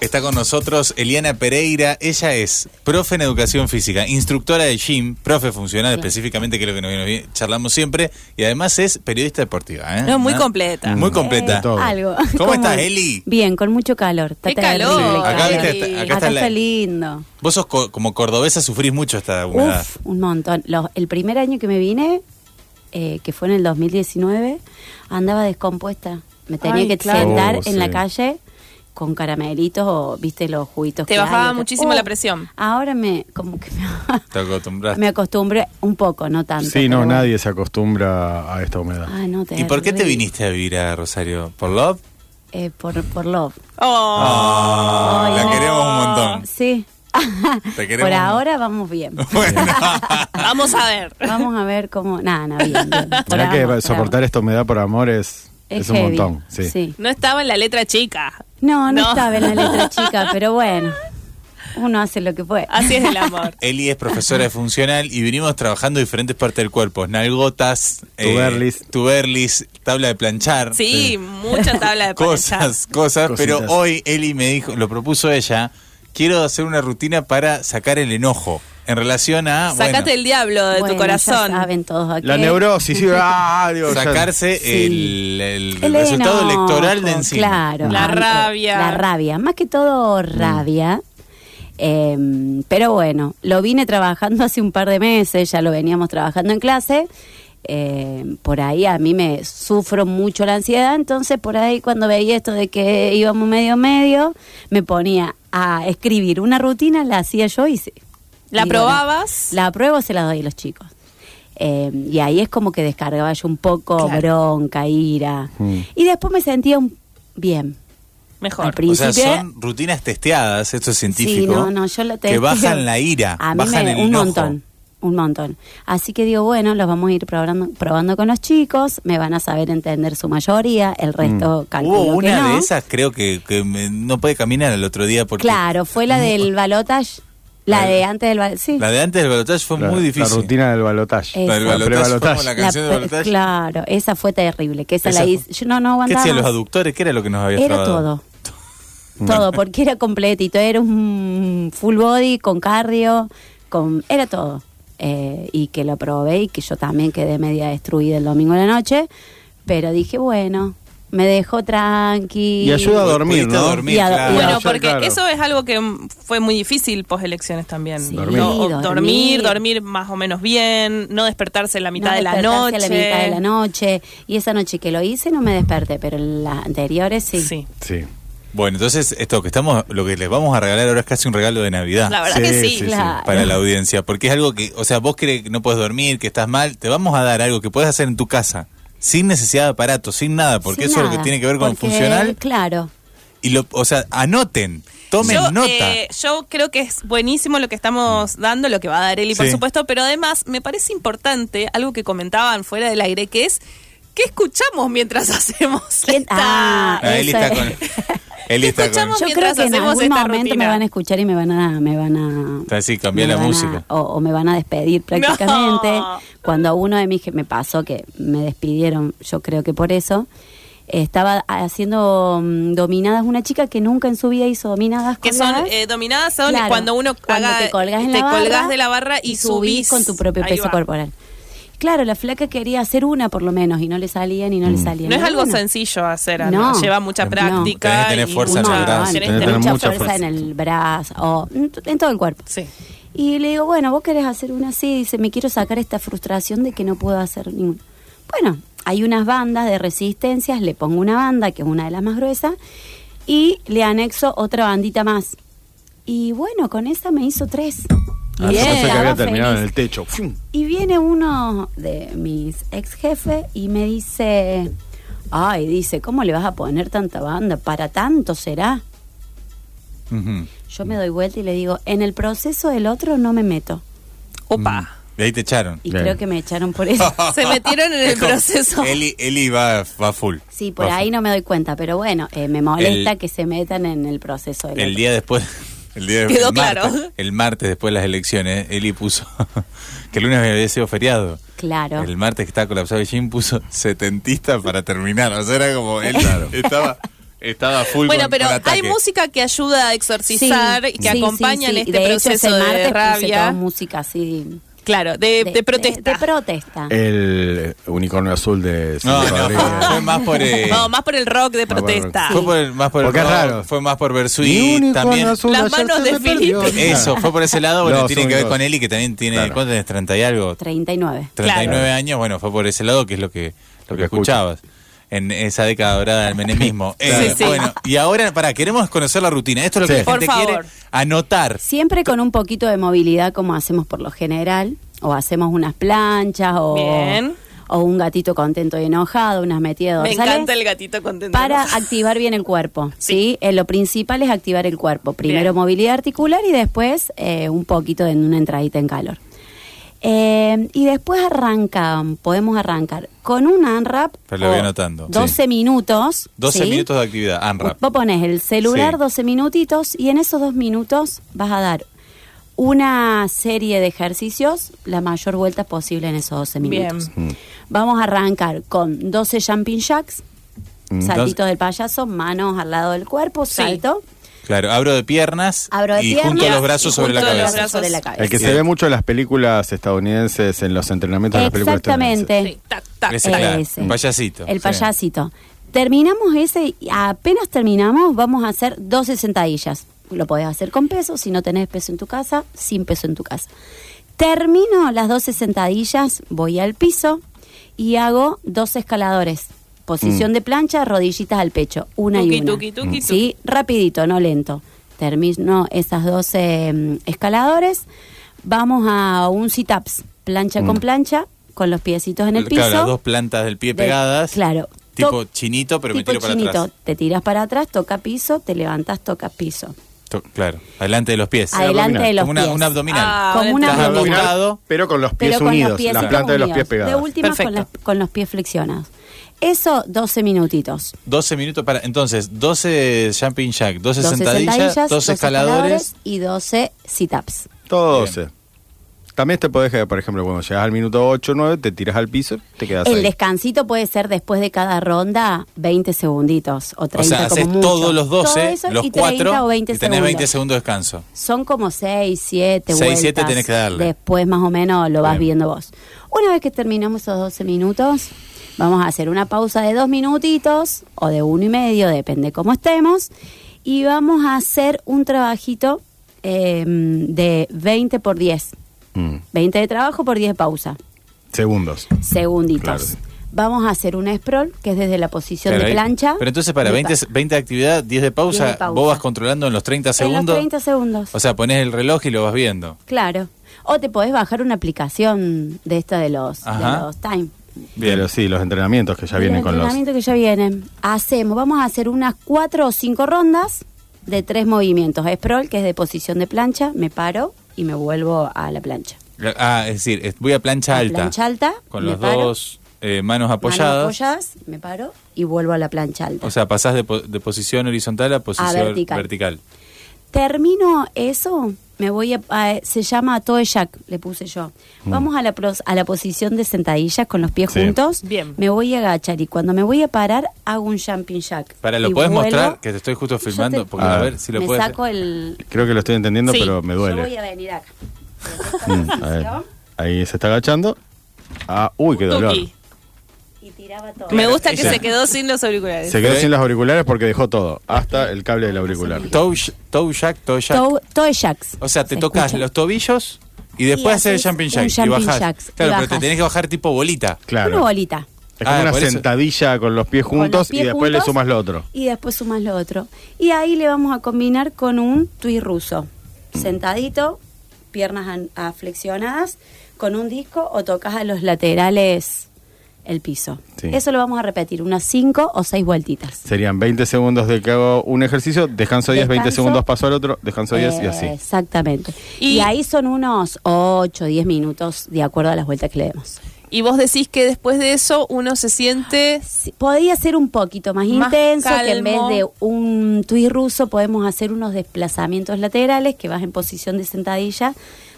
Está con nosotros Eliana Pereira. Ella es profe en educación física, instructora de gym, profe funcional específicamente, que es lo que nos viene bien, charlamos siempre, y además es periodista deportiva. ¿eh? No, muy ¿Ah? completa. Muy completa. Eh, Todo. Algo. ¿Cómo estás, es? Eli? Bien, con mucho calor. Está ¡Qué terrible calor! el Acá, calor. viste, acá está Acá la- está lindo. Vos sos co- como cordobesa, sufrís mucho esta humedad. Uf, un montón. Los- el primer año que me vine, eh, que fue en el 2019, andaba descompuesta. Me tenía Ay, que claro. sentar Oh, en la sí. calle con caramelitos o, viste, los juguitos Te que hay bajaba acá. Oh, muchísimo la presión. Ahora me, como que Te me, acostumbraste. me acostumbré un poco, no tanto. Sí, no, pero bueno. nadie se acostumbra a esta humedad. Ah, no, ¿Y por qué te terrible. viniste a vivir a Rosario? ¿Por Love? Eh, por, por Love. Oh, Ah, la queremos un montón. Sí. Ah. Te queremos por un- ahora vamos bien. Bueno. vamos a ver. Vamos a ver cómo. Nada, nada, bien. bien. Por Mirá ahora que vamos, por soportar ahora. esta humedad por amor es, es, un heavy, montón. Sí. No estaba en la letra chica. No, no, No. estaba en la letra chica, pero bueno. Uno hace lo que puede. Así es el amor. Eli es profesora de funcional y venimos trabajando diferentes partes del cuerpo. Nalgotas, eh, Tuberlis. tuberlis, tabla de planchar. eh, Sí, mucha tabla de Cosas, cosas, Cositas. pero hoy Eli me dijo, lo propuso ella, quiero hacer una rutina para sacar el enojo en relación a Ah, bueno, Sacate el diablo de Bueno, tu ya corazón. saben todos aquí. La neurosis, sí, ah, digo, ya- sacarse Sí. el, el El resultado enojo, electoral de encima. Claro. La Antes, rabia. La rabia. Más que todo rabia. Eh, pero bueno, lo vine trabajando hace un par de meses, ya lo veníamos trabajando en clase. Eh, por ahí a mí me sufro mucho la ansiedad, entonces por ahí cuando veía esto de que íbamos medio medio, me ponía a escribir una rutina, la hacía yo y se- ¿La y probabas? la apruebo, se la doy a los chicos. Eh, y ahí es como que descargaba yo un poco Claro. bronca, ira. Mm. Y después me sentía un- bien. Mejor. Al O principio. sea, son rutinas testeadas, esto es científico, Sí, no, no, yo lo que testeo. bajan la ira, A mí bajan me- el un enojo. montón, un montón. Así que digo, bueno, los vamos a ir probando, probando con los chicos, me van a saber entender su mayoría, el resto calculo Mm. Hubo que una no. de esas, creo que, que me- no puede caminar el otro día porque Claro, fue la del balotage, la de antes del balotage, sí. la de antes del balotaje fue la- muy difícil. La rutina del balotaje. Esa. La del La balotaje fue como la pre-balotaje. canción pe- del balotaje. Claro, esa fue terrible, que esa, Esa la fue- hice, yo no, no ¿Qué aguantaba hacían los más. aductores? ¿Qué era lo que nos había Era todo. Todo, porque era completito, era un full body con cardio, con era todo. Eh, y que lo probé y que yo también quedé media destruida el domingo de la noche, pero dije, bueno, me dejó tranqui. Y ayuda a dormir, Pudiste ¿no? dormir, Y a- Ah, claro. y a- Bueno, Ayer, porque claro. eso es algo que mm, fue muy difícil post elecciones también. Sí, Dormir. No, o dormir. dormir, dormir más o menos bien, no despertarse en la mitad no de la despertarse noche. a la mitad de la noche. Y esa noche que lo hice no me desperté, pero las anteriores sí. Sí. Sí. Bueno, entonces esto que estamos, lo que les vamos a regalar ahora es casi un regalo de Navidad La verdad Sí, que sí. sí, sí. Claro. para la audiencia, porque es algo que, o sea, vos crees que no puedes dormir, que estás mal, te vamos a dar algo que puedes hacer en tu casa, sin necesidad de aparatos, sin nada, porque Sin eso es lo que nada, tiene que ver con porque, funcional. Claro. Y lo, o sea, anoten, tomen yo, nota. Mm. eh, yo creo que es buenísimo lo que estamos dando, lo que va a dar Eli, por Sí. supuesto, pero además me parece importante algo que comentaban fuera del aire, que es qué escuchamos mientras hacemos ¿Qué- esta... Ah, Ah, Eli eso está es. con. Eli ¿Qué está con. escuchamos? Yo creo mientras que en hacemos algún esta momento rutina. me van a escuchar y me van a... Me van a Está así, cambiá me la van a- música. o, o me van a despedir prácticamente. No. Cuando a uno de mis... que Me pasó que me despidieron, yo creo que por eso. Estaba haciendo mm, dominadas una chica que nunca en su vida hizo dominadas. Que son colgadas. eh, dominadas son Claro, cuando uno cuando haga- te colgas en te la barra colgás de la barra y, subís con tu propio Ahí peso va. corporal. Claro, la flaca quería hacer una por lo menos y no le salían y no le salían. No es algo Bueno, sencillo hacer, No. Ana, lleva mucha No. práctica. Tenés que tener y fuerza en mucha- los brazos, tenés que tenés que tener tener mucha mucha fuerza en el brazo o en t- en todo el cuerpo. Sí. Y le digo, bueno, vos querés hacer una así. Dice, me quiero sacar esta frustración de que no puedo hacer ninguna. Bueno, hay unas bandas de resistencias, le pongo una banda, que es una de las más gruesas, y le anexo otra bandita más. Y bueno, con esa me hizo tres. Y Ah, yo él pensé que estaba había terminado en feliz. el techo. ¡Fum! Y viene uno de mis ex jefes y me dice, ay, dice, ¿cómo le vas a poner tanta banda? ¿Para tanto será? Ujú. Yo me doy vuelta y le digo, en el proceso del otro no me meto. Opa. Y ahí te echaron. Y Bien. creo que me echaron por eso. Se metieron en el Es como- proceso. Eli, Eli va, va full. Sí, por Va ahí full. no me doy cuenta, pero bueno, eh, me molesta El- que se metan en el proceso del El otro. día después. El día Quedó el martes- claro. el martes después de las elecciones, Eli puso que el lunes había sido feriado. Claro. El martes que estaba colapsado el gym puso setentista para terminar. O sea, era como él estaba. Estaba full Bueno, con- pero con hay ataque. música que ayuda a exorcizar y que sí, acompaña sí, en este sí. de hecho, proceso ese martes de puse toda rabia. música así. Claro, de, de protesta. De, protesta. Eh. El unicornio azul de No, Silvio no, Rodríguez. fue más por. eh, no, más por el rock de por el rock. protesta. Fue por, más por el Porque es rock, raro. Fue más por Mi Versuit unicornio también. azul Las ayer manos se de me Felipe. perdió. Eso, fue por ese lado. Bueno, Los tiene que ver únicos. con él y que también tiene. Claro. ¿Cuánto tenés? ¿30 y algo? 39. 39 Claro. años, bueno, fue por ese lado que es lo que, lo Lo que que escucho. escuchabas en esa década dorada del menemismo. Eh, Sí, sí. Bueno, y ahora, para queremos conocer la rutina. Esto es lo que Sí. la gente Por favor. quiere anotar. Siempre con un poquito de movilidad como hacemos por lo general, o hacemos unas planchas, o, Bien. o un gatito contento y enojado, unas metidas Me dorsales. encanta el gatito contento. Para ¿no? activar bien el cuerpo, Sí. ¿sí? Eh, lo principal es activar el cuerpo. Primero Bien. movilidad articular y después eh, un poquito de una entradita en calor. Eh, y después arrancan, podemos arrancar con un ANRAP. Pero lo voy o anotando. 12 minutos. 12 ¿sí? minutos de actividad, ANRAP. Vos pones el celular Sí. 12 minutitos y en esos dos minutos vas a dar una serie de ejercicios la mayor vuelta posible en esos 12 Bien. minutos. Vamos a arrancar con 12 jumping jacks, Mm. saltitos del payaso, manos al lado del cuerpo, Sí. salto, Claro, abro de piernas Abro de y piernas junto los y brazos sobre la junto los cabeza. brazos. sobre la cabeza. El que Sí. se ve mucho en las películas estadounidenses, en los entrenamientos de las películas estadounidenses. Exactamente. Sí, tac, tac, Ese, tac. claro. Ese. El payasito. El sí. payasito. Terminamos ese, y apenas terminamos, vamos a hacer 12 sentadillas. Lo podés hacer con peso, si no tenés peso en tu casa, sin peso en tu casa. Termino las 12 sentadillas, voy al piso y hago dos escaladores. Mm. Posición de plancha, rodillitas al pecho, una Tuqui, y una. tuqui, tuqui, ¿Sí? Rapidito, no lento. Termino esas 12 mm, escaladores. Vamos a un sit-ups, plancha con plancha, con los piecitos en el piso. Mm. Claro, las dos plantas del pie De- pegadas. claro. Tipo Toc- chinito, pero tipo me tiro para chinito. atrás. Te tiras para atrás, toca piso, te levantas, toca piso. To- Claro, adelante de los pies. Ahí, Adelante abdominal. de los Como una, pies. un abdominal. Ah, Como una Estás abdominal. abdominal, Acostado, pero con los Pero pies con los unidos, piecitos la planta de los unidos. pies pegadas. De última con, Perfecto. las- con los pies flexionados. Eso 12 minutitos. 12 minutos para. Entonces, 12 jumping jack, 12, 12 sentadillas, 12, escaladores. y 12 sit-ups. Todo Bien. se. También te podés quedar, por ejemplo, cuando llegas al minuto 8 o 9, te tiras al piso, te quedas El ahí. descansito puede ser después de cada ronda 20 segunditos o 30 O sea, como haces mucho. todos los 12, Todo eso los y 4 30 o 20 y tenés segundos. 20 segundos de descanso. Son como 6, 7 Seis, vueltas. siete tenés que darle. Después más o menos lo vas Bien. viendo vos. Una vez que terminamos esos 12 minutos, vamos a hacer una pausa de dos minutitos o de uno y medio, depende cómo estemos. Y vamos a hacer un trabajito eh, de 20 por 10. Mm. 20 de trabajo por 10 de pausa. Segundos. Segunditos. Claro, sí. Vamos a hacer un scroll, que es desde la posición Claro, de ahí- plancha. Pero entonces, para De 20, pa- 20 de actividad, 10 de pausa, 10 de pausa. vos vas controlando en los 30 en los segundos. 30 segundos. O sea, pones el reloj y lo vas viendo. Claro. O te podés bajar una aplicación de esta de los, de Ajá. los time. Bien. Pero sí, los entrenamientos que ya De vienen con los. entrenamientos que ya vienen. Hacemos, vamos a hacer unas cuatro o cinco rondas de tres movimientos. Sprawl, que es de posición de plancha, me paro y me vuelvo a la plancha. Ah, es decir, es- voy a plancha A alta. plancha alta, Con me las paro. dos eh, manos Manos apoyadas. apoyadas, me paro y vuelvo a la plancha alta. O sea, pasás de, po- de posición horizontal a posición vertical. vertical. Termino eso, me voy a, a- se llama toe jack, le puse yo. Mm. Vamos a la pros- a la posición de sentadillas con los pies Sí. juntos. Bien. Me voy a agachar y cuando me voy a parar hago un jumping jack. Para, ¿lo Y podés vuelvo- mostrar? Que te estoy justo Yo te- filmando. Porque Ah. a ver si lo me puedes. saco el Creo que lo estoy entendiendo, Sí. pero me Yo voy duele. a venir acá. Mm, a ver. Ahí se está agachando. Ah, uy, qué dolor. Tuki. Y tiraba todo. Me gusta que Ella- se quedó sin los auriculares. Se quedó Pero- sin los auriculares porque dejó todo, hasta el cable del auricular. Toe, toe jack, toe jack. Toe- toe jacks. O sea, te Se tocas escucha. los tobillos y después Y haces el haces jumping un jack y jumping bajás. jacks y claro, pero te bajás. tenés que bajar tipo bolita. Una Claro. Es bolita. como Ah, una por eso. sentadilla con los pies Con los juntos pies y después le juntos sumas lo otro. Y después sumas lo otro. Y ahí le vamos a combinar con un tui ruso. Mm. Sentadito, piernas a- a flexionadas, con un disco o tocas a los laterales el piso. Sí. Eso lo vamos a repetir unas 5 o 6 vueltitas. Serían 20 segundos de que hago un ejercicio, descanso 10, 20 Descanso. segundos paso al otro, descanso 10 y así. Eh, Exactamente. Y- Y, ahí son unos 8 o 10 minutos de acuerdo a las vueltas que le demos. Y vos decís que después de eso uno se siente. Sí, podría ser un poquito más, Más intenso, que en vez calmo. de un tuit ruso podemos hacer unos desplazamientos laterales, que vas en posición de sentadilla,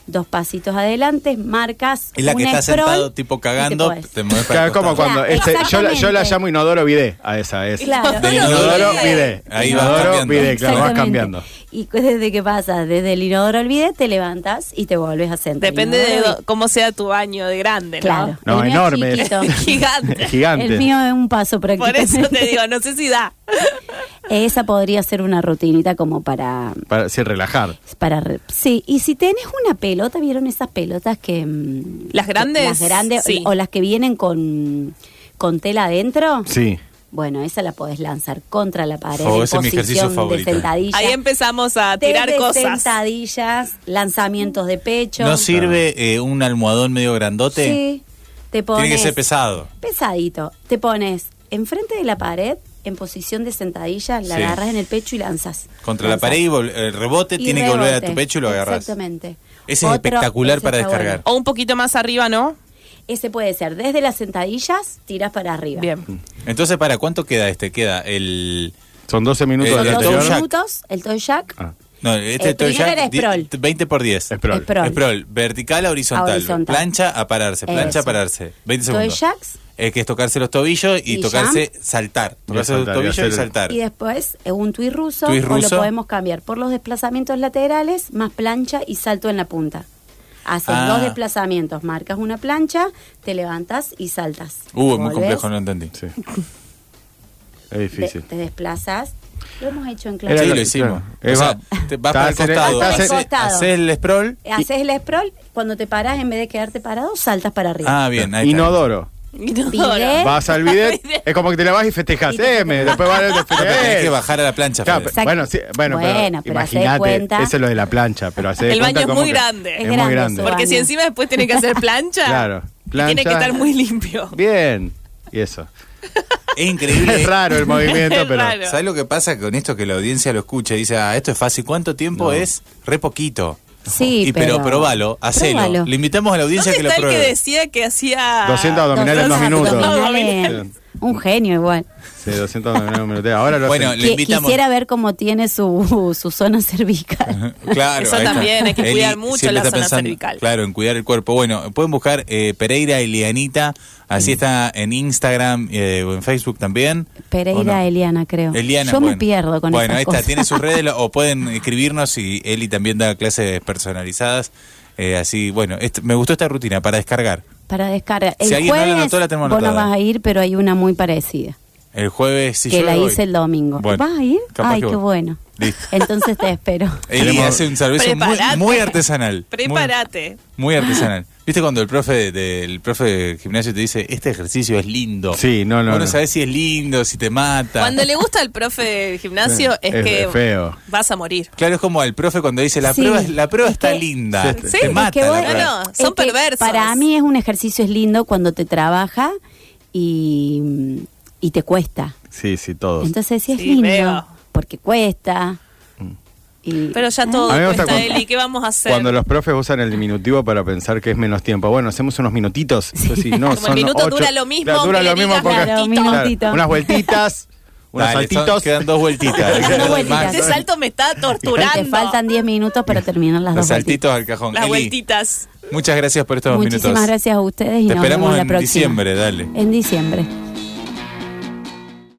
dos pasitos adelante, marcas. Es la que un está scroll sentado y tipo te cagando, podés. te mueves para Claro, el como costado. cuando Claro, este, yo, la, yo la exactamente. llamo inodoro vide a esa es. Claro. Del Inodoro inodoro vide. Ahí vas inodoro cambiando. vide, claro, vas Exactamente. cambiando. Y cu- desde que pasas, desde el inodoro al bidet, te levantas y te vuelves a sentar. Depende de Inodoro al do- cómo sea tu baño de grande, ¿no? Claro. No, El mío es enorme. chiquito. Es gigante. Es gigante. El mío es un paso Por prácticamente. eso te digo, no sé si da. Esa podría ser una rutinita como para... Para sí, relajar. para re- sí, y si tenés una pelota, ¿vieron esas pelotas que... mm, Las que- grandes, Las grandes sí. o las que vienen con, con tela adentro. Sí. Bueno, esa la podés lanzar contra la pared. Oh, en ese es mi ejercicio posición de favorito. sentadilla. Ahí empezamos a tirar Desde cosas. sentadillas, lanzamientos de pecho. ¿No sirve eh, un almohadón medio grandote? Sí, te pones... Tiene que ser pesado. Pesadito. Te pones enfrente de la pared, en posición de sentadilla, la Sí. agarras en el pecho y lanzas. Contra la Lanzas. pared y vol- eh, el rebote Y tiene que volver a rebote. tu pecho y lo agarras. Exactamente. Ese es espectacular para está descargar. O un poquito más arriba, ¿no? bueno. Ese puede ser desde las sentadillas, tiras para arriba. Mm. Bien. Entonces, ¿para cuánto queda este? Queda el. Son 12 minutos Eh, Son del el dos toe anterior. jack. minutos, el toe jack, Ah, No, este El toy primero jack, era di- sprawl. 20 por 10. es pro. el pro. Sprawl. Sprawl, vertical a horizontal. A horizontal. Plancha a pararse, plancha a Eso. pararse. 20 toe segundos. jacks, Es Eh, que es tocarse los tobillos y, Y tocarse saltar. Tocarse los saltar, y tobillos y hacer- saltar. y después eh, un tuit ruso, Tuit o lo ruso. podemos cambiar por los desplazamientos laterales, más plancha y salto en la punta. Haces Ah. dos desplazamientos, marcas una plancha, te levantas y saltas. Uh, es muy Volvés, complejo, no entendí. sí. Es te- difícil. Te desplazas. Lo hemos hecho en Sí, clase. lo Claro. hicimos. Eh, o sea, va- te vas está para el hacer- costado, está haces hacer- costado. haces el sprawl. y- Haces el scroll, cuando te paras, en vez de quedarte parado, saltas para arriba. ah, bien, ahí está. Inodoro. Bidet. Vas al bidet, es como que te la vas y festejas. ¿Eh? Y te Eh, me- después vas a Pero tenés que bajar a la plancha. Claro, Fede. Exacto. bueno, sí, bueno, Bueno, pero, pero hacé de imagínate, cuenta. eso es lo de la plancha, pero hace de El baño cuenta es como muy que grande. Es, Es muy grande grande. ese Porque si baño. encima después tiene que hacer plancha, Claro, tiene que plancha. estar muy limpio. Bien, y eso. Es Es increíble. raro el movimiento, Es pero raro. ¿Sabes lo que pasa con esto? Que la audiencia lo escucha y dice, ah, esto es fácil. ¿Cuánto tiempo es? Re poquito. Sí, y, pero, pero- probalo, hacelo. Probalo. Le invitamos a la audiencia a ¿Dónde que lo está el que pruebe. decía que hacía 200 abdominales en dos 200 minutos. abdominales. Un genio igual. Sí, 299 minutos. Ahora lo Bueno, hacen. Le Qui- invitamos. Quisiera ver cómo tiene su, su zona cervical. Claro, Eso ahí está. también, hay que Eli cuidar mucho siempre la está zona pensando, cervical. Claro, en cuidar el cuerpo. Bueno, pueden buscar eh, Pereira Elianita, así Mm. está en Instagram eh, o en Facebook también. ¿O no? Pereira Eliana, creo. Eliana, Yo me bueno. pierdo con Bueno, esas ahí está, cosas. tiene sus redes lo- o pueden escribirnos y Eli también da clases personalizadas. Eh, así, bueno, est- me gustó esta rutina para descargar. Para descargar. El Si alguien no la jueves anotó, la tenemos vos no anotada. vas a ir, pero hay una muy parecida. El jueves, si que yo la voy. hice el domingo. Bueno, ¿Vas a ir? capaz Ay, que qué voy. bueno. Listo. Entonces te espero. Eli Tenemos- hace un servicio muy, Preparate. muy artesanal. Muy- Prepárate. Muy artesanal. ¿Viste cuando el profe del profe de gimnasio te dice, este ejercicio es lindo? Sí, no, no, Vos no. sabés si es lindo, si te mata. Cuando le gusta al profe del gimnasio es, Es que feo. vas a morir. Claro, es como al profe cuando dice, la Sí. prueba, la prueba Es está que- linda. Sí, te mata. Es que la vos- prueba. No, no, son es que perversos. Para mí es un ejercicio, es lindo cuando te trabaja y, y te cuesta. Sí, sí, todos. Entonces sí es Sí, lindo, veo. porque cuesta. Mm. Y, Pero ya todo A mí me cuesta, gusta cuando- Eli. ¿Qué vamos a hacer? Cuando los profes usan el diminutivo para pensar que es menos tiempo. Bueno, hacemos unos minutitos. Entonces, sí, no, Como el son minuto ocho. dura lo mismo Claro, dura que lo le mismo digas porque- minutito. Minutito. unas vueltitas, unos Dale, son- saltitos. quedan dos vueltitas. Quedan dos vueltitas. Más. Este salto me está Te torturando. faltan 10 minutos para terminar las Los dos saltitos al cajón. las Eli, vueltitas. muchas gracias por estos vueltitas. Muchísimas minutos. gracias a ustedes y Te nos esperamos vemos la en próxima. diciembre, dale. En diciembre.